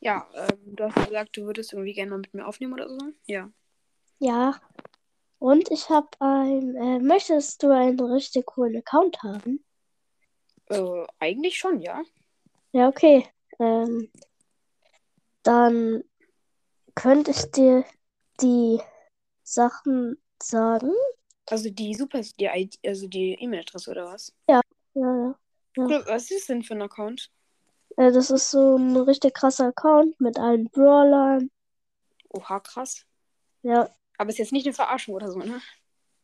Ja, ähm, du hast gesagt, du würdest irgendwie gerne mal mit mir aufnehmen oder so. Ja. Ja. Und ich habe ein. Äh, möchtest du einen richtig coolen Account haben? Äh, eigentlich schon, ja. Ja, okay. Ähm, dann könnte ich dir die Sachen sagen. Also die Super, die ID, also die E-Mail-Adresse oder was? Ja, ja. Cool, was ist das denn für ein Account? Äh, das ist so ein richtig krasser Account mit allen Brawlern. Oha, krass. Ja, Aber ist jetzt nicht eine Verarschung oder so, ne?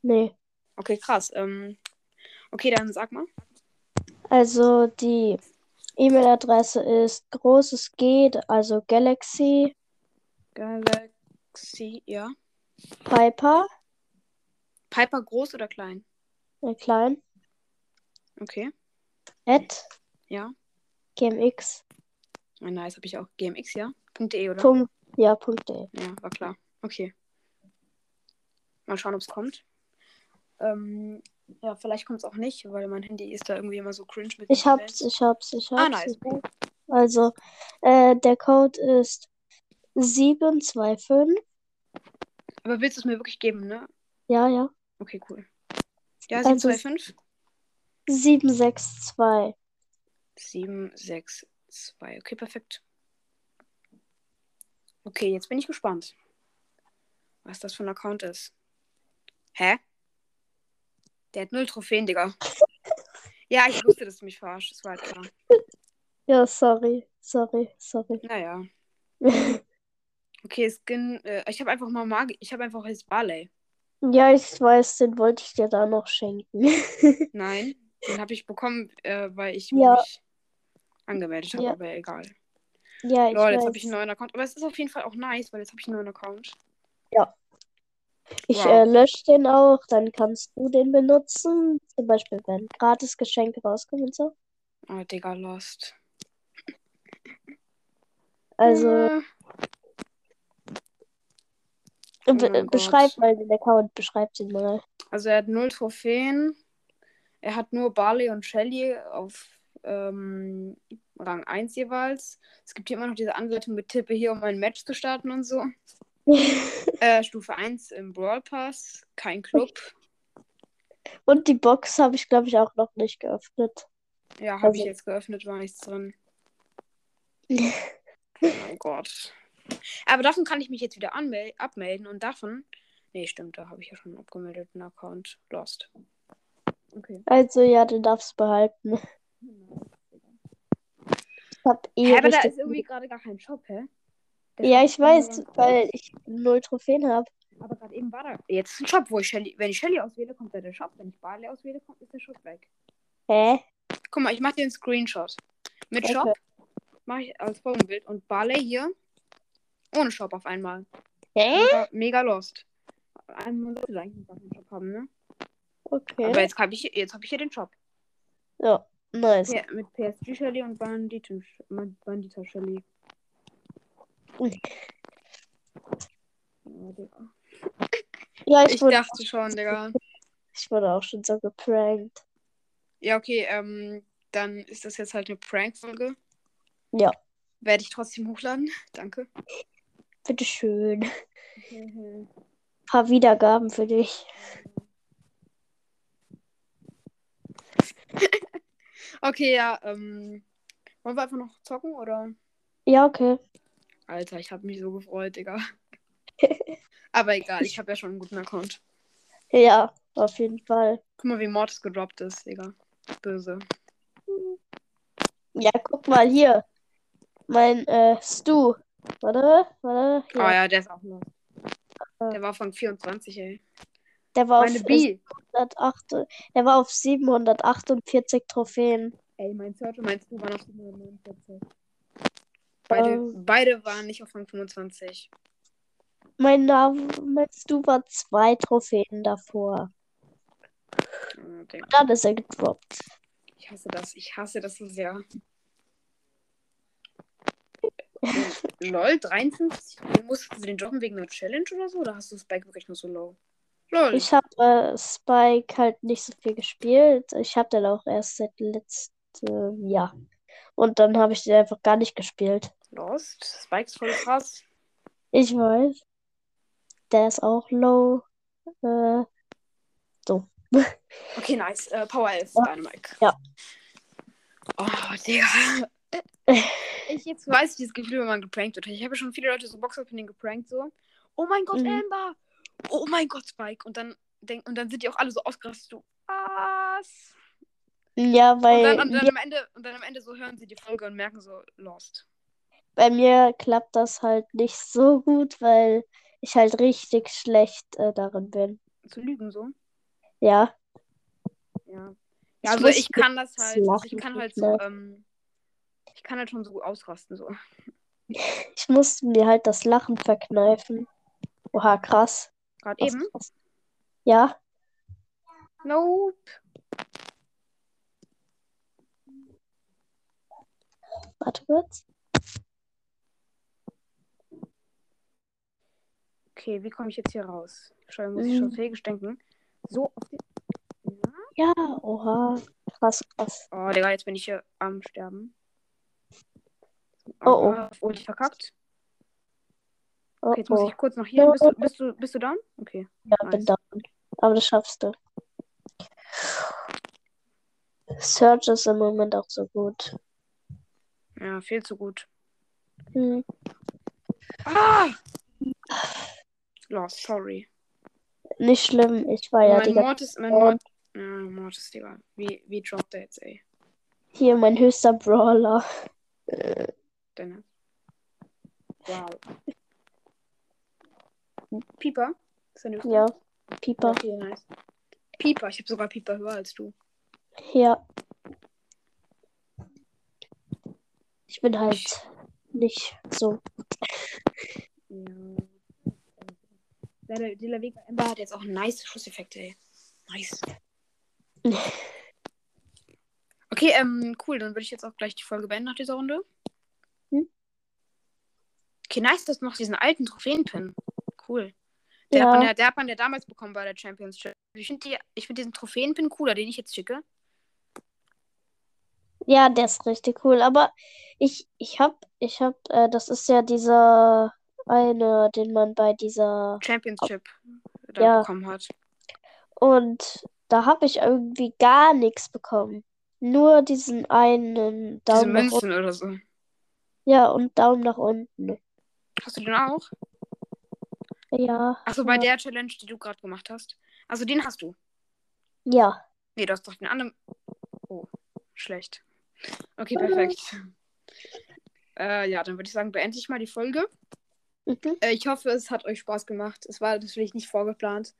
nee. Okay, krass. Ähm, okay, dann sag mal. Also die E-Mail-Adresse ist großes G, also Galaxy Galaxy, ja. Piper, Piper groß oder klein? äh, klein, Okay, at ja. gmx. Ah, nice, habe ich auch. GMX, ja. .de, oder? Punkt, ja, Punkt. D. Ja, war klar. Okay. Mal schauen, ob es kommt. Ähm, ja, vielleicht kommt es auch nicht, weil mein Handy ist da irgendwie immer so cringe mit. Ich den hab's, ich hab's, ich hab's. Ah, nice. ich hab's. Also, äh, der Code ist 725. Wellen. Aber willst du es mir wirklich geben, ne? Ja, ja. Okay, cool. Ja, Also- 725. 762. 762. Okay, perfekt. Okay, jetzt bin ich gespannt. Was das für ein Account ist. Hä? Der hat null Trophäen, Digga. ja, ich wusste, dass du mich verarschst. Das war halt klar. Ja, sorry, sorry, sorry. Naja. Okay, Skin. Äh, ich habe einfach mal Mag. Ich habe einfach jetzt Barley. ja, ich weiß, den wollte ich dir da noch schenken. Nein, den habe ich bekommen, äh, weil ich Ja. mich angemeldet habe, Ja. aber egal. ja, ich Lol, weiß. jetzt habe ich einen neuen Account. Aber es ist auf jeden Fall auch nice, weil jetzt habe ich einen neuen Account. Ich Wow. äh, lösche den auch, dann kannst du den benutzen. Zum Beispiel, wenn gratis Geschenke rauskommen und so. Oh, Digga, lost. Also Äh, be Oh mein Gott. beschreib mal den Account, beschreib den mal. Also er hat null Trophäen. Er hat nur Barley und Shelly auf ähm, Rang 1 jeweils. Es gibt hier immer noch diese Anleitung mit Tippe hier, um ein Match zu starten und so. Äh, Stufe 1 im Brawl Pass, kein Club. Und die Box habe ich, glaube ich, auch noch nicht geöffnet. Ja, habe Also- ich jetzt geöffnet, war nichts drin. oh mein Gott. Aber davon kann ich mich jetzt wieder anmel- abmelden und davon. Nee, stimmt, da habe ich ja schon einen abgemeldeten Account. Lost. Okay. Also ja, den darfst du behalten. Ich hab eh Hä, aber da richtig- ist irgendwie gerade gar kein Shop, hä? Der Ja, Shop ich ist irgendwie weiß, ganz kurz. weil ich null Trophäen habe. Aber gerade eben war da. Jetzt ist ein Shop, wo ich Shelly. Wenn ich Shelly auswähle, kommt da der Shop. Wenn ich Barley auswähle, kommt ist der Shop weg. Hä? Guck mal, ich mache dir einen Screenshot. Mit Okay. Shop mache ich als Folgenbild und Barley hier ohne Shop auf einmal. Hä? Mega, mega lost. Einmal sollte eigentlich gar keinen Shop haben, ne? Aber Okay. jetzt habe ich, jetzt hab ich hier den Shop. Ja, nice. Ja, mit PSG Shelly und Banditen, Bandita Shelly. Ja, Digga. Ja, ich, Ich wurde, dachte schon, Digga. ich wurde auch schon so geprankt. Ja, okay, ähm, dann ist das jetzt halt eine Prank-Folge. Ja. Werde ich trotzdem hochladen. Danke. Bitteschön. paar Wiedergaben für dich. Okay, ja, ähm. Wollen wir einfach noch zocken, oder? Ja, okay. Alter, ich habe mich so gefreut, Digga. Aber egal, ich habe ja schon einen guten Account. Ja, auf jeden Fall. Guck mal, wie Mortis gedroppt ist, Digga. Böse. Ja, guck mal hier. Mein äh, Stu. Warte, warte. Oh Hier. ja, der ist auch noch. Der war von 24, ey. Der war Meine auf B. 708, der war auf 748 Trophäen. Ey, mein Search und mein Stu waren auf 749. Beide, Ähm. beide waren nicht auf Rang 25. Mein Name, mein Stu war zwei Trophäen davor. Oh, Digga. Dann ist er gedroppt. Ich hasse das. Ich hasse das so sehr. Lol, 53? Musstest du den droppen wegen einer Challenge oder so? Oder hast du Spike wirklich nur so low? Lol. Ich habe äh, Spike halt nicht so viel gespielt. Ich habe den auch erst seit letztem Jahr. Und dann habe ich den einfach gar nicht gespielt. Lost. Spike ist voll krass. Ich weiß. Der ist auch low. Äh, Okay, nice. Äh, Power 11, Dynamite. Ja. Oh, Digga. Ich jetzt weiß dieses Gefühl, wenn man geprankt wird. Ich habe schon viele Leute so Boxopening geprankt, so. Oh mein Gott, Mhm. Amber! Oh mein Gott, Spike! Und dann, denk, und dann sind die auch alle so ausgerastet, so. Was? ja, Und weil dann, und, mir- dann am Ende, und dann am Ende so hören sie die Folge und merken so, Lost. bei mir klappt das halt nicht so gut, weil ich halt richtig schlecht äh, darin bin. Zu lügen, so. Ja. Ja. Ich Ja, also ich wusste, kann das halt, also ich lachen kann so halt schnell. so, ähm, ich kann halt schon so gut ausrasten, so. Ich musste mir halt das Lachen verkneifen. Oha, krass. Gerade krass, eben. krass. Ja, Nope. warte kurz. Okay, wie komme ich jetzt hier raus? Schau, muss ich schon Mm. strategisch denken. So auf die... Ja. Ja, oha. Krass, krass. Oh, Digga, jetzt bin ich hier am Sterben. Oh, Ah, oh. ich verkackt. Oh, Okay, jetzt muss oh. ich kurz noch hier. Bist du, bist du, bist du down? Okay. Ja, bin Nice. down. Aber das schaffst du. Search ist im Moment auch so gut. Ja, viel zu gut. Hm. Ah! Lost, sorry. Nicht schlimm, ich war Ah, ja Oh. die mein ganze Mord ist, mein Mord. Ja, Mord ist, Digga. Wie, wie droppt der jetzt, ey? hier mein höchster Brawler. Deine. Wow. Pieper? Ist deine Ja, Pieper. Okay, nice. Pieper, ich habe sogar Pieper höher als du. Ja. Ich bin halt nicht so. Ja. Der, der, der Weg Ember hat jetzt auch nice Schusseffekte, ey. Nice. Okay, ähm, cool. Dann würde ich jetzt auch gleich die Folge beenden nach dieser Runde. Hm? Okay, nice, dass du noch diesen alten Trophäenpin. Cool. Der, Ja. hat man ja, der hat man ja damals bekommen bei der Champions Challenge. Ich finde die- ich find diesen Trophäenpin cooler, den ich jetzt schicke. Ja, der ist richtig cool. Aber ich, ich hab, ich hab, äh, das ist ja dieser eine, den man bei dieser. Championship da Ja. bekommen hat. Und da hab ich irgendwie gar nichts bekommen. Nur diesen einen Diese Daumen nach unten. Münzen oder so. Ja, und Daumen nach unten. Hast du den auch? Ja, Achso, bei der Challenge, die du gerade gemacht hast. Also den hast du. ja. Nee, du hast doch den anderen. Oh, schlecht. Okay, perfekt. Äh, ja, dann würde ich sagen, beende ich mal die Folge. Mhm. Äh, ich hoffe, es hat euch Spaß gemacht. Es war natürlich nicht vorgeplant.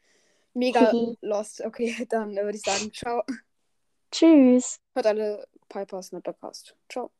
Mega lost. Okay, dann äh, würde ich sagen, ciao. Tschüss. Hört alle Piper Snappercast. Ciao.